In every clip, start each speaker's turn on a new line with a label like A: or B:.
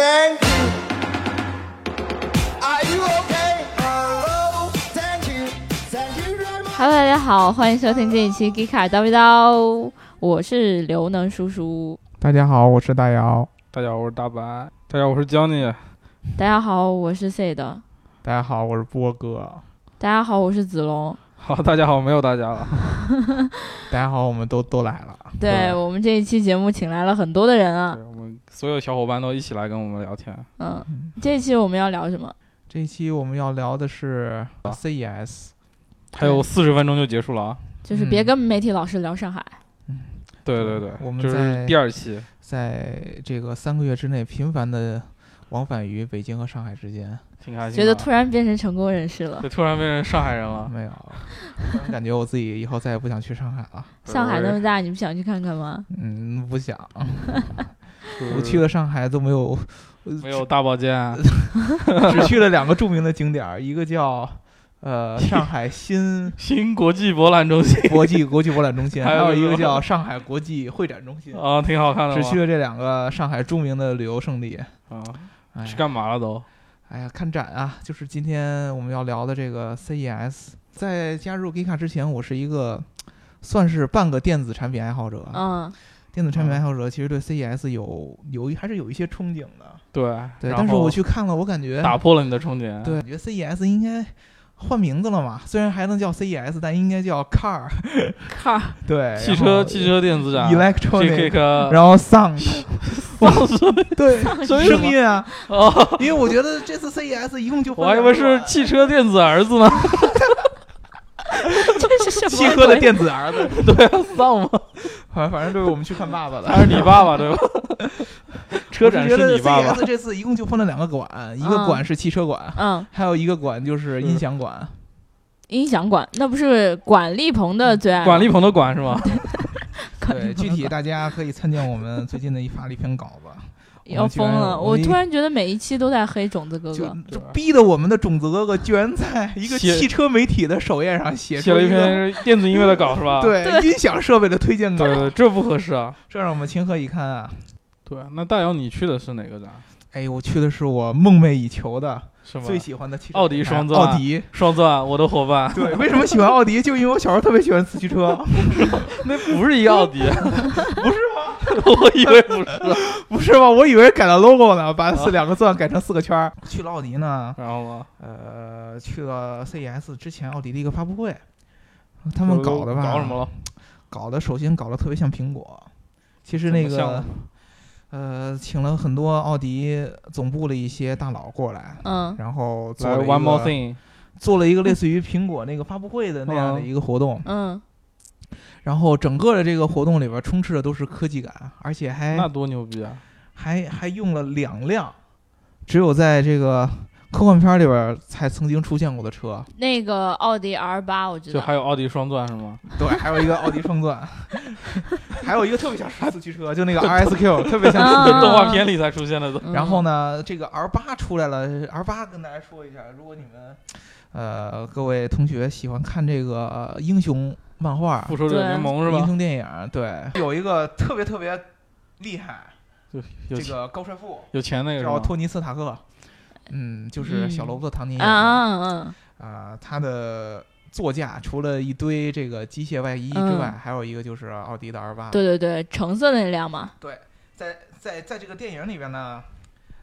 A: Oh,
B: Hello，大家好，欢迎收听这一期《g 卡叨逼叨》，我是刘能叔叔。
C: 大家好，我是大姚。
D: 大家好，我是大白。大家好，我是江尼。
B: 大家好，我是 C 的。
C: 大家好，我是波哥。
B: 大家好，我是子龙。
D: 好，大家好，没有大 家了。
C: 大家好，我们都都来了。
B: 对我们这一期节目请来了很多的人啊
D: 对，我们所有小伙伴都一起来跟我们聊天。
B: 嗯，这一期我们要聊什么？
C: 这一期我们要聊的是呃 E CES，
D: 还有四十分钟就结束了啊！
C: 嗯
B: 就是别跟媒体老师聊上海。
D: 对对对，
C: 我们
D: 这
C: 在
D: 是第二期。
C: 在这个三个月之内频繁的往返于北京和上海之间。
D: 挺开心的。
B: 觉得突然变成成功人士了
D: 对，，突然变成上海 人了。
C: 没有，感觉我自己以后再也不想去上海了。
B: 上海那么大，你不想去看看吗？
C: 嗯，不想。我
D: 我
C: 去了上海都没 有，
D: 没有大保健，
C: 只去了两个著名的景点儿，一个叫呃上海新
D: 新国际博 览中心
C: 国际国际博览中心， 还
D: 还有
C: 有一个
D: 什么
C: 叫上海国际会展中心。
D: 啊，挺好看的
C: 只
D: 嘛。
C: 去了这两个上海著名的旅游胜地。
D: 啊，
C: 哎
D: 去干嘛了都？
C: 哎呀，看展啊，就是今天我们要聊的这个 CES。在加入 Gika 之前，我是一个算是半个电子产品爱好者。啊
B: 嗯，
D: 啊
C: 电子产品爱好者其实对 CES 有有一还是有一些憧憬的。
D: 对
C: 对，
D: 然
C: 但是
D: 后
C: 我去看了，我感觉
D: 打破了你的憧憬。
C: 对，感觉 CES 应该换名字了嘛？虽然还能叫 CES，但应该叫 Car
B: 靠，
C: 对。
D: 汽车汽车电子展
C: Electronic，
D: ，Electric，
C: 然后 Sound
D: 当时
C: 对
D: 声音
C: 声音啊，
D: 哦，
C: 因为我觉得这次 CES 一共就分
D: 我还以
C: 两
D: 为是
C: 款
D: 汽车电子儿子呢，
B: 这是什么？
C: 汽车的，电子儿子，
D: 丧吗？
C: 反正反正就是我们去看爸 爸
D: 还
C: 的
D: 是你爸爸 对吧？车展
C: 我觉
D: 是
C: 得
D: 你爸爸，
C: CES 这次一共就分了两个
D: 啊
C: 馆，一个馆是汽车 馆，
B: 嗯，
C: 还有一个馆就是音响馆。
B: 音响馆，那不是管立鹏的最爱吗？
D: 管立鹏的管是吗？
B: 管立
C: 对，
B: 鹏
C: 具
B: 的
C: 体
B: 管
C: 大家可以参见我们最近的一发了一篇稿 子，
B: 要疯了！
C: 我
B: 我
C: 们居然
B: 突然觉得每一期都在黑种子哥
C: 就
B: 哥。
C: 就逼得我们的种子哥哥居然在一个
D: 写
C: 汽车媒体的首页上写
D: 写
C: 出
D: 了一
C: 个。
D: 篇电子音乐的稿是吧？
C: 对
B: 对
C: 音响设备的推荐稿
D: 对，对，这不合适啊。
C: 这让我们情何以堪啊！
D: 对，那大姚你去的是哪个展？
C: 哎，我去的是我梦寐以求的、
D: 是吗？
C: 最喜欢的汽车
D: 奥迪
C: 品牌
D: 双钻啊
C: 奥迪，
D: 双钻，我的伙伴，
C: 对，为什么喜欢奥迪？就因为我小时候特别喜欢四驱车，
D: 那不是一个奥 迪，不是吗？ 我以为不是。
C: 不是吧？我以为改了 logo 呢，把
D: 啊
C: 四两个钻改成四个圈 儿。去了奥迪呢，
D: 然后呢？
C: 呃，去了 CES 之前奥迪的一个发布会，他们
D: 都
C: 搞的吧？
D: 搞什么了？
C: 搞的首先搞得特别像苹果，其实那
D: 怎么像
C: 个
D: 呢
C: 呃，请了很多奥迪总部的一些大佬过来，
B: 嗯，
C: 然后做
D: 来
C: 了一
D: ，One More
C: 个
D: Thing，
C: 做了一个类似于苹果那个发布会的那样的一个活动，
B: 嗯，
C: 然后整个的这个活动里边充斥的都是科技感，而且还
D: 那多牛逼啊！
C: 还还用了两辆，只有在这个科幻片里边儿才曾经出现过的车。
B: 那个奥迪 R 八，我知
D: 就
B: 道
D: 还。有奥迪双钻是吗？
C: 对，还有一个奥迪双 钻，还有一个特别 像四驱车，就那个 RSQ，特别像四驱
B: 啊
C: 车。
D: 动画片里才出现的都。
B: 嗯
C: 然后？呢，这个 R 八出来了，R 八跟大家说一下，如果你们呃各位同学喜欢看这个、呃英雄漫画、
D: 复仇者
B: 对
D: 联盟是
C: 英
D: 吧？
C: 雄电影，对，有一个特别特别厉害，
D: 就有
C: 这
D: 钱
C: 个高帅富
D: 有钱那个是
C: 叫
D: 吗？
C: 托尼斯塔克，嗯，就是小罗伯特唐尼演
B: 啊
C: 的。
B: 啊
C: 啊、它的座驾除了一堆这个机械外衣之外，
B: 嗯
C: 还有一个就是奥迪的 R 八。
B: 啊！，对对对，橙色那辆嘛。
C: 在在在这个电影里边呢，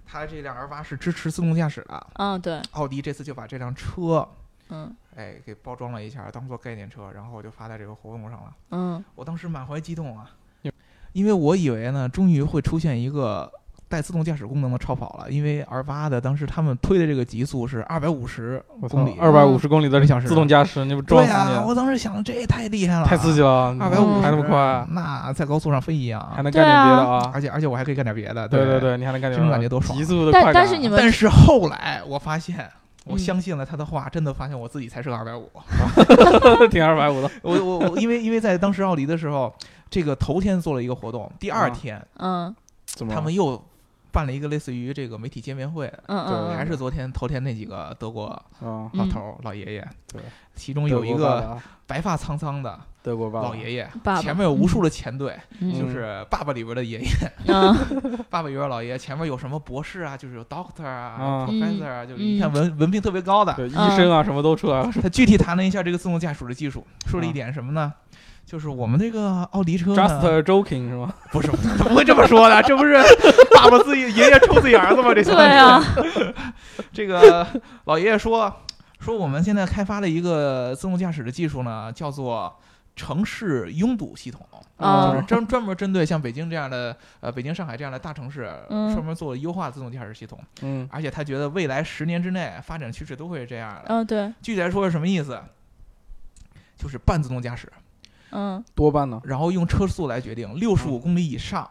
C: 它这辆 R 八是支持自动驾驶的。
B: 嗯，对，
C: 奥迪这次就把这辆车，
B: 嗯
C: 哎，给包装了一下，当做概念车，然后就发在这个活动上了。
B: 嗯
C: 我当时满怀激动啊
D: 有，
C: 因为我以为呢，终于会出现一个。带自动驾驶功能的超跑了，因为 R 八的当时他们推的这个极速是二百五十公里，
D: 二百五十公里的嗯啊
C: 每小时
D: 自动驾驶，你不
C: 对
D: 撞死
C: 呀、
D: 你？
C: 我当时想这也太厉害了，
D: 太刺激了！
C: 啊
D: 啊
C: 二百五
B: 嗯
C: 十
D: 还那么快，
C: 那在高速上飞一样，
D: 还能干点别的啊！
C: 而且而且我还可以干点别的。
D: 对
C: 对
D: 对，对，你还能干点
C: 这种
D: 什么
C: 感觉多爽
D: 极速的快
B: 但
D: 感。啊
B: 但是你们
C: 但是后来我发现，我
B: 嗯
C: 相信了他的话，真的发现我自己才是个二百五。
D: 挺二百五的，
C: 我我我，因为因为在当时奥
D: 啊
C: 迪的时候，这个头天做了一个活动，第二天
B: 嗯
D: 怎
C: 他们又。办了一个类似于这个媒体见面会，
B: 嗯嗯，
C: 还
B: 嗯
C: 是昨天头天那几个德国
D: 啊，
C: 老头儿老爷爷，
D: 对，
C: 其中有一
D: 德国爸
C: 个
D: 爸
C: 白发苍苍的
D: 德国爸爸
C: 老爷爷，
B: 爸爸
C: 前面有无数的前队，
B: 嗯
C: 就是《爸爸》里边的爷 爷，
B: 嗯
C: 《爸爸》里边老爷爷，前面有什么博士啊，就是有 doctor 啊
D: 啊
C: ，professor
B: 嗯
C: 啊，就是一看文文凭特别高的。
D: 对医生啊什么都出来了，
C: 他具体谈了一下这个自动驾驶的技术，说了一点什么呢？
D: 嗯
C: 就是我们这个奥迪车呢
D: Just joking 是吗？
C: 不是， 他不会这么说的，这不是 爸爸自己爷爷抽自己儿子吗？这
B: 对
C: 算
B: 啊，
C: 这个 老爷爷说说我们现在开发了一个自动驾驶的技术呢，叫做城市拥堵系统，
B: 啊
D: 嗯
C: 就是专专门针对像北京这样的呃北京、上海这样的大城市，
B: 嗯
C: 专门做优化自动驾驶系统。
D: 嗯
C: 而且他觉得未来十年之内发展趋势都会是这样的。
B: 嗯对，
C: 具体来说是什么意思？就是半自动驾驶，
B: 嗯
D: 多半呢，
C: 然后用车速来决定，六十五公里以上。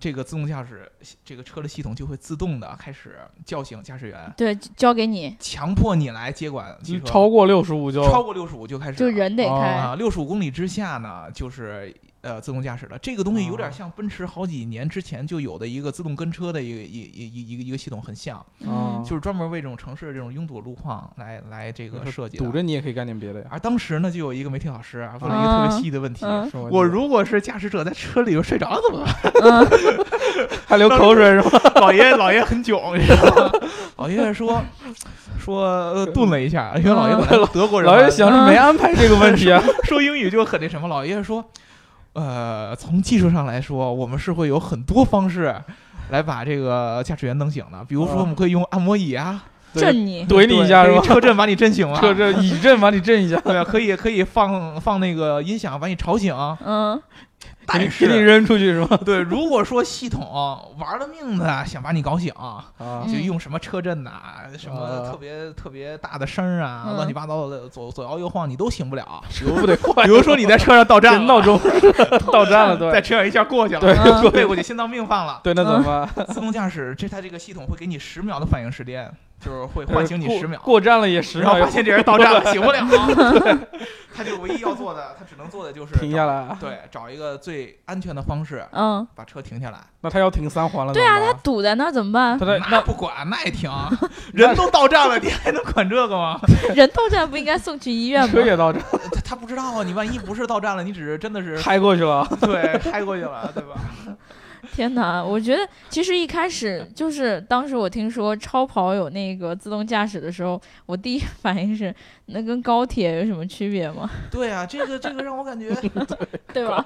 C: 这个自动驾驶这个车的系统就会自动的开始叫醒驾驶员，
B: 对，交给你，
C: 强迫你来接管汽车。
D: 超过六十五就
C: 超过六十五就开始
B: 就人得
D: 哦
B: 开，
C: 啊，六十五公里之下呢，就是呃自动驾驶了。这个东西有点像奔驰好几年之前就有的一个自动跟车的一个一一一一个一个系统，很像，
B: 嗯
D: 啊
C: 就是专门为这种城市的这种拥堵路况来来这个设计
D: 堵
C: 的。
D: 着你也可以干点别的呀。
C: 而当时呢，就有一个媒体老师啊问了一个特别
B: 嗯
C: 细的问题。
B: 嗯
D: 是吗
C: 我如果是驾驶者在车里头睡着了怎么办？
B: 嗯
D: 还流口水是 吗？
C: 老爷老爷很囧，你知道吗？ 老爷说说呃顿了一下，因为老爷
B: 嗯
C: 本来是德国人嘛，
D: 老爷想是没安排这个问题 啊，
C: 说英语就很那什么。老爷爷说，呃，从技术上来说，我们是会有很多方式来把这个驾驶员弄醒的，比如说
D: 啊
C: 我们可以用按摩椅啊，
B: 震你，
D: 怼你一下是
C: 对
D: 吧
C: 可以？车震把你震 醒啊，
D: 这这以震把你震一下，
C: 对啊，可以可以放放那个音响把你吵醒啊，
B: 嗯
D: 给你
C: 但
D: 给你
C: 是。
D: 扔出去是吗？
C: 对，如果说系统玩了命的想把你搞醒，
D: 啊
C: 就
B: 嗯
C: 用什么车震呐、什么
D: 啊
C: 特别特别大的声儿啊，
B: 嗯
C: 乱七八糟的左左摇右晃，你都醒不了。
D: 油不得换。
C: 比如说你在车上到站
D: 跟
C: 了，
D: 哎闹钟 似的 到站了，
C: 在
D: 对
C: 车上一下过去了，
D: 对
B: 嗯
C: 对，我就心脏病犯了。
D: 对，那怎么办？
C: 自动驾驶这它这个系统会给你十秒的反应时间，就是会唤醒你
D: 过
C: 呃十秒，
D: 嗯过站了也十
C: 然
D: 秒
C: 后，发现这人到站了，醒不了。 他就唯一要做的，他只能做的就是
D: 停下
C: 来，
D: 来。
C: 对，找一个最安全的方式
B: 嗯，
C: 把车停下来。
D: 那他要停三环了，
B: 对啊，他
D: 他
B: 堵在那儿怎么办？
D: 他在
C: 那不管， 那也停，人都到站了，你还能管这个 吗？
B: 人到站不应该送去医院
D: 车
B: 吗？
D: 也到站，
C: 他他不知道啊，你万一不是到站了，你只是真的 是
D: 嗨过去了。
C: 对嗨过去了，对吧？
B: 天哪，我觉得其实一开始就是当时我听说超跑有那个自动驾驶的时候，我第一反应是那跟高铁有什么区别吗？
C: 对啊，这个这个让我感觉，
B: 对吧？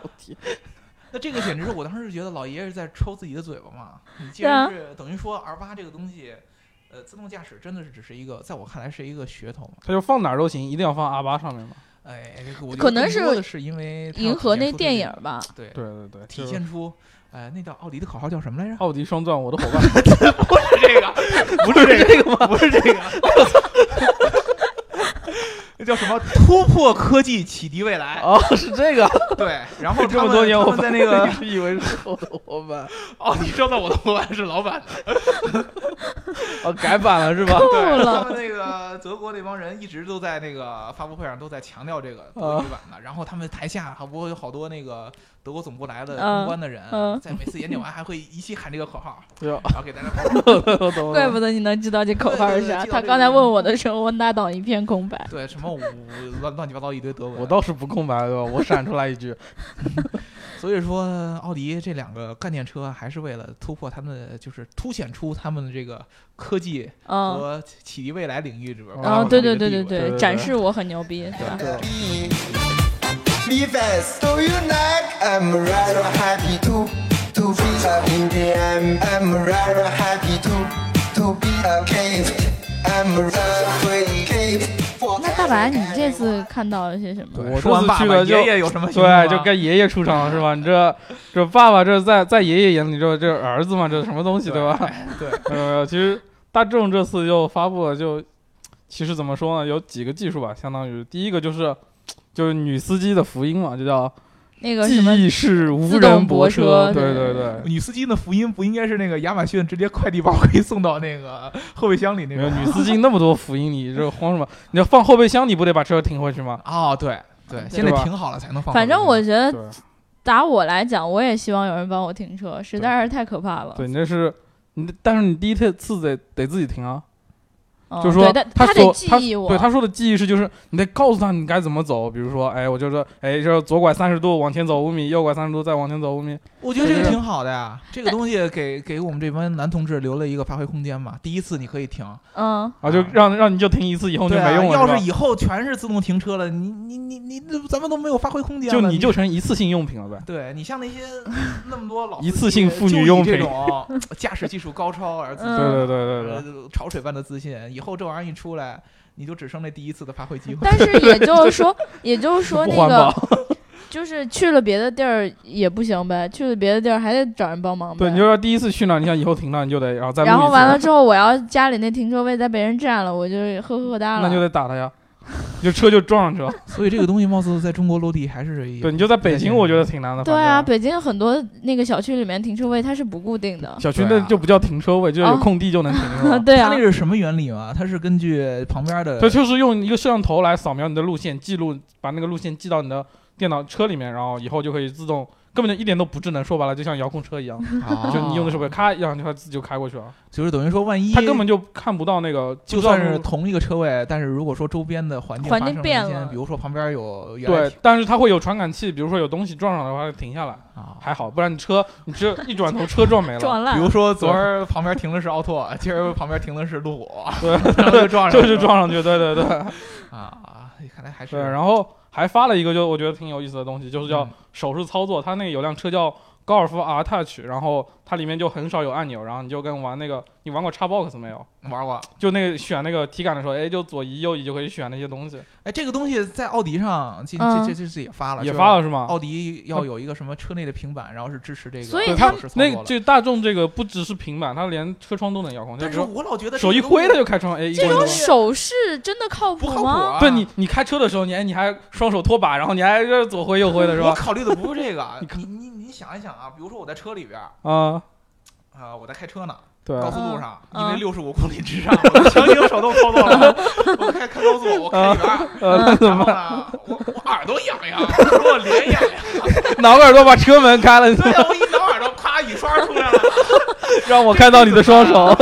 C: 那这个简直是我当时就觉得老爷爷是在抽自己的嘴巴嘛！你既
B: 对啊
C: 然是等于说 R 八这个东西，呃，自动驾驶真的是只是一个，在我看来是一个噱头嘛。
D: 他就放哪儿都行，一定要放 R 八上面嘛。
C: 哎，这个我觉得
B: 可能
C: 更多
B: 是
C: 的是因为它要
B: 迎合
C: 体现
B: 那
C: 出
B: 电
C: 这
B: 影
C: 个
B: 吧，
C: 对
D: 对对对，
C: 体
D: 就是
C: 现出呃那叫奥迪的口号叫什么来着？
D: 奥迪双钻，我的伙伴。
C: 不是这个，不是这个，不是这个， 那叫什么？突破科技，启迪未来。
D: 哦，是这 个，
C: 对，然后
D: 这
C: 他
D: 么
C: 们
D: 多年
C: 他
D: 我
C: 们在那 个
D: 以为是我的伙伴，
C: 奥迪装到我的伙伴是老板的。
D: 哦，改版了是吧？
B: 够
C: 对，他
B: 了，
C: 们那个德国那帮人一直都在那个发布会上都在强调这个德
D: 啊
C: 语版的，然后他们台下还不会有好多那个德国总部来的
B: 嗯
C: 公关的人，
B: 嗯
C: 在每次演讲完还会一起喊这个口号，
D: 对啊，
C: 然后给大家拍手。
D: 我懂我懂。
B: 怪不得你能知道这口号是啥。
C: 对对对
B: 他刚才问我的时候，我大脑一片空白。
C: 对，什么五乱乱七八糟一堆德文。
D: 我倒是不空白对吧？我闪出来一句，
C: 所以说，奥迪这两个概念车还是为了突破他们的，就是凸显出他们的这个科技
B: 嗯，
C: 和启迪未来领域里边。
D: 嗯
B: 然后
D: 啊
B: 对对对对
D: 对对对
B: 展示我很牛逼，对吧？
D: 对，
A: Levi's, do you like? I'm rather happy to to be a Indian. I'm rather happy to to be a cave. I'm rather pretty cave.
B: 那大白，你这次看到了些什么？
C: 说
D: 我这
C: 完
D: 次
C: 爸
D: 去
C: 爸
D: 了就
C: 爷爷有什么行动吗？
D: 对，就该爷爷出场了是吧？你这 这爸爸这在在爷爷眼里这这儿子嘛，这什么东西对吧？
C: 对，
D: 呃，其实大众这次又发布了就，其实怎么说呢，有几个技术吧，相当于第一个就是就是女司机的福音嘛，就叫
B: 那个什
D: 记
B: 么，
D: 忆式无
B: 自
D: 人
B: 动
D: 泊
B: 泊车
D: 对
B: 对
D: 对对，
C: 女司机的福音不应该是那个亚马逊直接快递包可以送到那个后备箱里那
D: 没有
C: 种？
D: 女司机那么多福音，你这慌什么？ 你要放后备箱，你不得把车停回去吗？
C: 哦，对对，
B: 对
C: 现在
D: 吧
C: 停好了才能放回去。
B: 反正我觉得
D: 对，
B: 打我来讲，我也希望有人帮我停车，实在是太可怕了。
D: 对你这是你但是你第一次次得得自己停啊，
B: 嗯
D: 就是说
B: 对
D: 他
B: 他
D: 所
B: 得
D: 他
B: 记忆我，
D: 对他说的记忆是就是你得告诉他你该怎么走，比如说哎我就说哎这左拐三十度往前走五米，右拐三十度再往前走五米，
C: 我觉得这
D: 就
C: 个
D: 是
C: 挺好的呀，这个东西给给我们这帮男同志留了一个发挥空间嘛。第一次你可以停，
B: 嗯，
D: 啊就让让你就停一次以哦后你
C: 对
D: 就
C: 啊
D: 没用了，
C: 要
D: 是吧
C: 是以后全是自动停车了，你你你你，咱们都没有发挥空间
D: 就
C: 了。
D: 你就成一次性用品了呗。
C: 对你像那些那么多老
D: 一
C: 司
D: 次
C: 机
D: 性妇
C: 就
D: 女
C: 以
D: 用
C: 这
D: 品
C: 种驾驶技术高超而自
B: 嗯
D: 对对对对对，
C: 呃潮水般的自信，以后这玩意儿一出来，你就只剩那第一次的发挥 机会。
B: 但是 也就是说，也就是 说
D: 不
B: 那
D: 环
B: 个
D: 保。
B: 就是去了别的地儿也不行呗，去了别的地儿还得找人帮忙呗。
D: 对，你就要第一次去那儿，你想以后停那儿，你就得然后再
B: 然
D: 录一
B: 后
D: 次
B: 完了之后，我要家里那停车位再被人占了，我就呵呵哒了。
D: 那就得打他呀，就车就撞 上车。
C: 所以这个东西貌似在中国落地还是
D: 对，你就在北京，我觉得挺难的。
B: 对啊，
D: 反正
B: 北京很多那个小区里面停车位它是不固定的。。
D: 小区
C: 对
D: 那
C: 啊
D: 就不叫停车位，就是有空地就能停是吧
B: 对
C: 它
B: 啊
C: 那，是什么原理嘛？它是根据旁边的
D: 它就是用一个摄像头来扫描你的路线，记录把那个路线记到你的电脑车里面，然后以后就可以自动，根本就一点都不智能，说白了就像遥控车一样，
B: 哦
C: 啊
D: 就你用的时候咔一下它自己就开过去了，
C: 就是等于说，万一
D: 它根本就看不到那个，
C: 就
D: 不知道
C: 算是
D: 路
C: 同一个车位，但是如果说周边的环境
B: 环
C: 发
B: 境
C: 生
B: 变
C: 一些
B: 了
C: 比如说旁边有原来
D: 对，但是它会有传感器，比如说有东西撞上的话它停下来，
C: 啊，
D: 还好，不然你车你只有一转头车 撞没了，
B: 撞烂
C: 比
B: 了
C: 如。说昨儿旁边停的是奥拓，今儿旁边停的是路虎，
D: 对，
C: 然后就撞上
D: 就
C: 了，
D: 是撞上去，对对对
C: 啊，看来还是
D: 对，然后还发了一个就我觉得挺有意思的东西，就是叫
C: 嗯
D: 手势操作，它那个有辆车叫高尔夫 R Touch，然后它里面就很少有按钮，然后你就跟玩那个，你玩过 Xbox 没有？
C: 玩过。
D: 就那个选那个体感的时候，哎，就左移右移就可以选那些东西，
C: 哎，这个东西在奥迪上，这
B: 嗯
C: 这这这是也发了，哦
D: 也
C: 是
D: 发
C: 吧。
D: 了是吗？
C: 奥迪要有一个什么车内的平板，然后是支持这个手
B: 所以
C: 势操作的，
B: 他
D: 那个就大众这个不只是平板，它连车窗都能遥控，就
C: 但
D: 比
C: 是
D: 如
C: 我老觉得
D: 手一挥它就开窗，哎，一
B: 这
D: 关
B: 种
D: 窗
B: 手势真的靠
C: 不
B: 谱
C: 靠谱
B: 吗？
C: 啊！
D: 对你，你开车的时候，你哎，你还双手拖把，然后你还这左挥右挥的是
C: 我
D: 吧？
C: 考虑的不是这个
D: 你，
C: 你你你想一想啊，比如说我在车里边儿
D: 啊，
C: 啊，我在开车呢，
D: 对
C: 高
D: 啊，
C: 速路上，因
B: 嗯
C: 为六十五公里之上， 我强行手动操作 了，我开开高速，我开一边儿，
D: 呃，
C: 然 后呢，我我耳朵痒痒，我说我脸痒 痒，
D: 挠个耳朵把车门开了，你怎
C: 对
D: 么
C: 呀，我一挠耳朵，啪雨刷出来了，
D: 让我看到你的双手？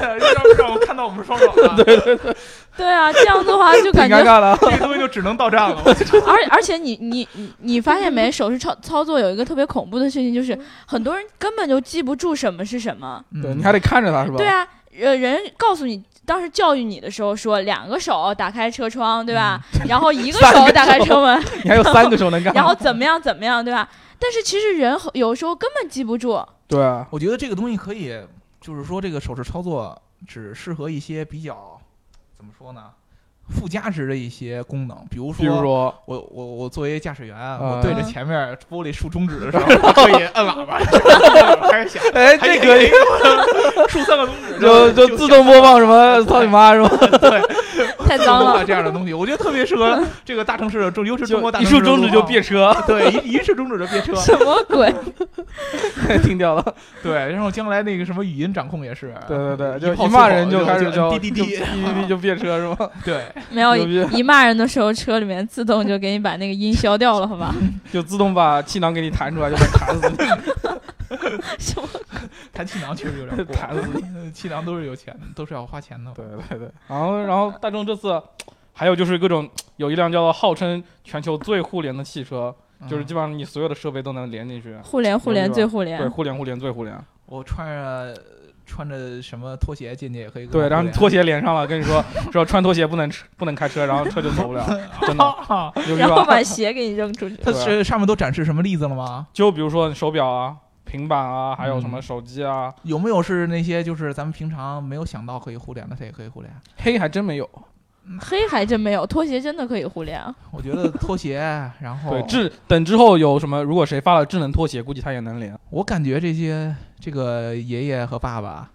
C: 让让我看到我们双手了，
B: 对啊，这样子的话就
D: 挺
B: 感
D: 尴
B: 觉，
D: 尬的。
C: 这个东西就只能到站了。
B: 而而且你你你你发现没，手势操操作有一个特别恐怖的事情，就是很多人根本就记不住什么是什么。
D: 对，
C: 嗯
D: 你还得看着他是吧？
B: 对啊，呃，人告诉你，当时教育你的时候说，两个手打开车窗，对吧？然后一个
D: 嗯 三个
B: 手打开车门，
D: 你还有三个手能干。
B: 然后怎么样怎么样，对吧？但是其实人很有时候根本记不 住，
D: 对啊，
C: 我觉得这个东西可以，就是说这个手势操作只适合一些比较怎么说呢，附加值的一些功能，比如说，
D: 比如说，
C: 我我我作为驾驶员，
D: 嗯
C: 我对着前面玻璃竖中指 的时候，我可以摁喇叭， 开始响，
D: 哎，这可以，
C: 竖三个中指
D: 就就自动播放什么操你妈是吧？
B: 太脏 了。
C: 这样的东西，我觉得特别适合这个大城市的中，尤其是中
D: 就
C: 国大
D: 一
C: 城市
D: 竖
C: 的
D: 中指
C: 路
D: 就
C: 况
D: 别车，
C: 对，一一竖中指就别车，
B: 什么鬼？
D: 听掉了。
C: 对，然后将来那个什么语音掌控也是，
D: 对对对，就
C: 炮
D: 一骂
C: 出口
D: 人
C: 就
D: 开始
C: 就
D: 就
C: 摁滴滴滴
D: 滴滴 滴就别车是吧？
C: 对，
B: 没有
D: 牛逼
B: 一骂人的时候，车里面自动就给你把那个音消掉了，好吧？
D: 就自动把气囊给你弹出来，就把你弹死你。
B: 什么？
C: 谈气囊确实有点过，
D: 弹死
C: 气囊都是有钱 的，都是要花钱的。
D: 对对对，然后然后大众这次还有就是各种有一辆叫做号称全球最互联的汽车，
C: 嗯，
D: 就是基本上你所有的设备都能连进去。
B: 互联互联
D: 吧
B: 最互
D: 对，
B: 联，
D: 互联互联最互联。
C: 我穿着穿着什么拖鞋进去也可以跟我互
D: 对，
C: 联。
D: 然后 你拖鞋连上了，跟你 说说穿拖鞋不能吃不能开车，然后车就走不了， 真的牛逼
B: 然后
D: 吧？
B: 把鞋给你扔出去。
C: 它
D: 啊
C: 是上面都展示什么例子了吗？
D: 就比如说你手表啊、平板啊，还有什么
C: 嗯
D: 手机啊，
C: 有没有是那些就是咱们平常没有想到可以互联的，它也可以互联？
D: 黑还真没有。
B: 黑还真没有，拖鞋真的可以互联啊。
C: 我觉得拖鞋， 然后
D: 对，智等之后有什么，如果谁发了智能拖鞋，估计他也能连。
C: 我感觉这些这个爷爷和爸爸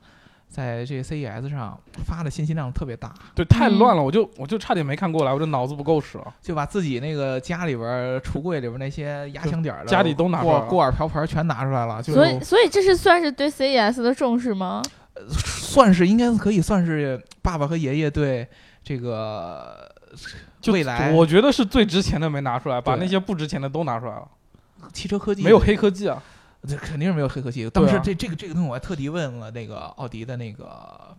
C: 在这 CES 上发的信息量特别大，
D: 对，太
B: 嗯
D: 乱了，我就我就差点没看过来，我这脑子不够使了。
C: 就把自己那个家里边儿橱柜里边儿那些压箱底儿的
D: 家里都拿出来
C: 锅
D: 了
C: 锅碗瓢盆全拿出来了，就
B: 所以，所以这是算是对 CES 的重视吗？
C: 算是应该可以算是爸爸和爷爷对这个
D: 就
C: 未来
D: 我觉得是最值钱的没拿出来，把
C: 对
D: 那些不值钱的都拿出来了，
C: 汽车科技
D: 没有黑科技啊。
C: 这肯定是没有黑科技。当时
D: 对啊
C: 这这个这个东西，我还特地问了那个奥迪的那个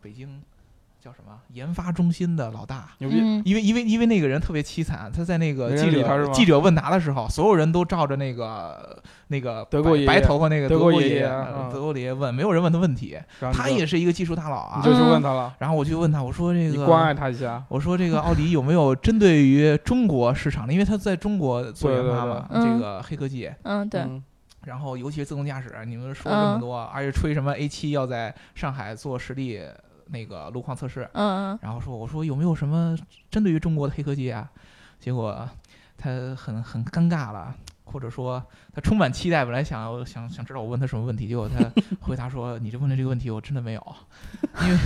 C: 北京叫什么研发中心的老大，
D: 牛逼，
B: 嗯，
C: 因为因为因为那个人特别凄惨，他在那个
D: 没人
C: 记
D: 理他是
C: 者
D: 吗
C: 记者问答的时候，所有人都照着那个那个
D: 德国
C: 白
D: 爷爷
C: 白头发那个
D: 德
C: 国
D: 国
C: 爷
D: 爷爷
C: 呃
D: 嗯
C: 德国爷爷问，没有人问他问题，
D: 然后
C: 他
D: 你就
C: 也是一个技术大佬啊
D: 你。就去问他了，
C: 然后我就问他，我说这
D: 你
C: 个
D: 关爱他一下，
C: 我说这个奥迪有没有针对于中国市场的？因为它在中国做研发嘛，
B: 对对对
C: 这个黑科技。
B: 嗯，对，
D: 嗯
C: 然后尤其是自动驾驶，你们说这么多，而且吹什么 A 7要在上海做实地那个路况测试，
B: 嗯
C: 然后说我说有没有什么针对于中国的黑科技啊？结果他很很尴尬了。或者说他充满期待，本来想想想知道我问他什么问题，结 果他回答说：“你这问的这个问题我真的没有，因为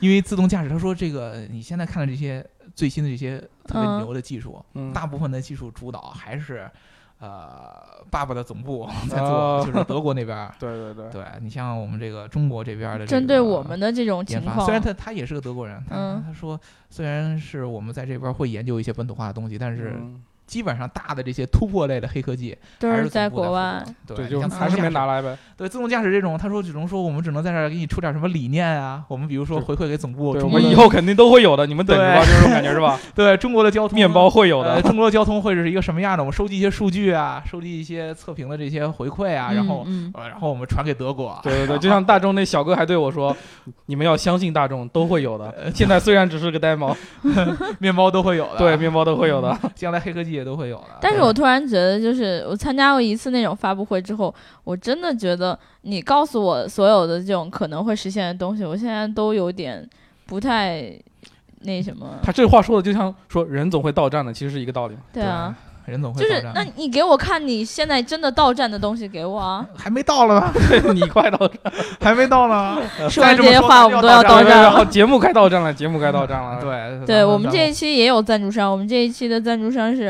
C: 因为自动驾驶，他说这个你现在看的这些最新的这些特别
B: 嗯
C: 牛的技术，
D: 嗯，
C: 大部分的技术主导还是呃爸爸的总部在做，
D: 哦
C: 就是德国那边儿。
D: 对对对，
C: 对你像我们这个中国这边儿的、
B: 嗯，针对我们。的这种
C: 研
B: 情
C: 发
B: 况，啊
C: 虽然他他也是个德国人，他、
B: 嗯
C: 他说虽然是我们在这边儿会研究一些本土化的东西，但是
D: 嗯
C: 基本上大的这些突破类的黑科技
B: 都
C: 还
B: 是
C: 是
B: 在
C: 总部
B: 国外
C: 负责。对，
D: 对，
C: 你
D: 就
C: 像自
D: 还
C: 动
D: 是没
C: 驾驶
D: 拿来呗。
C: 对自动驾驶这种，他说只能说我们只能在这儿给你出点什么理念啊，我们比如说
D: 对
C: 回馈给总部，
D: 对，我
C: 中
D: 们
C: 国
D: 以
C: 的
D: 后肯定都会有的，你们等着吧，
C: 对
D: 就这种感觉 是吧？
C: 对中国的交通
D: 面包会有
C: 呃，
D: 的，
C: 中国的交通会是一个什么样的？我们收集一些数据啊，收集一些测评的这些回馈啊，然后、
B: 嗯，
C: 呃，然后我们传给德国。
D: 对 对对，就像大众那小哥还对我说：“你们要相信大众，都会有
C: 呃
D: 的。现在虽然只是 个 demo，
C: 面包都会有的，
D: 对，面包都会有的。
C: 将来黑科技也都会有的。
B: 但是我突然觉得，就是我参加过一次那种发布会之后，我真的觉得你告诉我所有的这种可能会实现的东西，我现在都有点不太那什 么”。
D: 他这话说的就像说人总会到站的，其实是一个道理。
B: 对啊，
C: 对人总会
B: 就是
C: 到站
B: 那你给我看你现在真的到站的东西给我啊！
C: 还没到了吗？
D: 你快到站，
C: 还没到 呢。
B: 说完
C: 再
B: 这
C: 呃么
B: 些
C: 说
B: 话，我们
C: 咱就
B: 都要到
D: 对对对
B: 站
D: 好，
B: 了。
D: 节目该到站了，节目该到站了。，
C: 对
B: 对
C: 咱
B: 我们这一
C: 咱
B: 期也有赞助商，我们这一期的赞助商是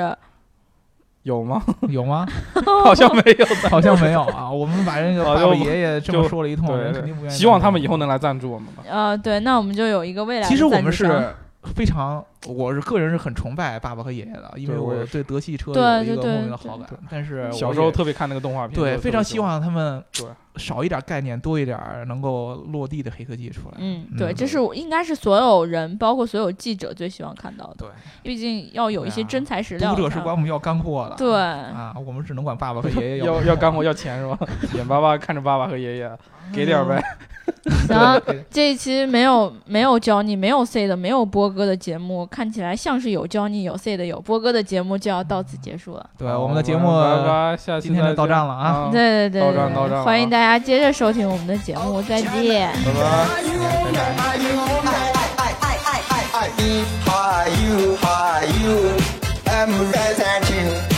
D: 有吗？
C: 有吗？
D: 好像没有。
C: 好像没有 啊。我们把这个
D: 好
C: 爸
D: 就
C: 爸爷爷这么
D: 就
C: 说了一通，
D: 对
C: 哦人肯定不
D: 对，
C: 愿意。
D: 希望他们以后。能来赞助我们吧。
B: 呃，对，那我们就有一个未来的
C: 其实我
B: 赞助
C: 们
B: 商
C: 是非常，我是个人是很崇拜爸爸和爷爷的，因为
D: 对我
C: 我
D: 也
C: 对德系车
B: 对
C: 有一
B: 对
C: 个
B: 对
C: 莫名的
B: 对
C: 好感
D: 对。
C: 但是
D: 小
C: 我
D: 时候
C: 也
D: 特别看那个动画片，
C: 对，
D: 就
C: 非常希。望他们
D: 对
C: 少一点概念，多一点能够落地的黑科技出来。
B: 嗯，对，
C: 嗯
B: 这是我应该是所有人，包括所有记者最希望看到的。
C: 对，
B: 毕竟要有一些
C: 对啊
B: 真材实料
C: 读
B: 才。
C: 者是管我们要干货的。
B: 对
C: 啊，我们只能管爸爸和 爷爷
D: 要要干活要钱是吧？ 眼巴巴看着爸爸和爷爷，给点儿呗。
B: 行，
C: 对
B: 这一期没有没有教你，没有 C 的，没有波哥的节目，看起来像是有教你有 C 的有波哥的节目就要到此结束了。
C: 对，
D: 好
C: 我们的节目
D: 拜拜，下期
C: 今天
D: 再
C: 就到
D: 见
C: 站了啊。
D: 啊
B: 对对对
D: 到
B: 对
D: 站到站
B: 对，
D: 了
B: 欢
D: 啊
B: 迎大家接着收听我们的节目，再见。
D: 拜拜。
A: How are you? How are you? I'm ready to.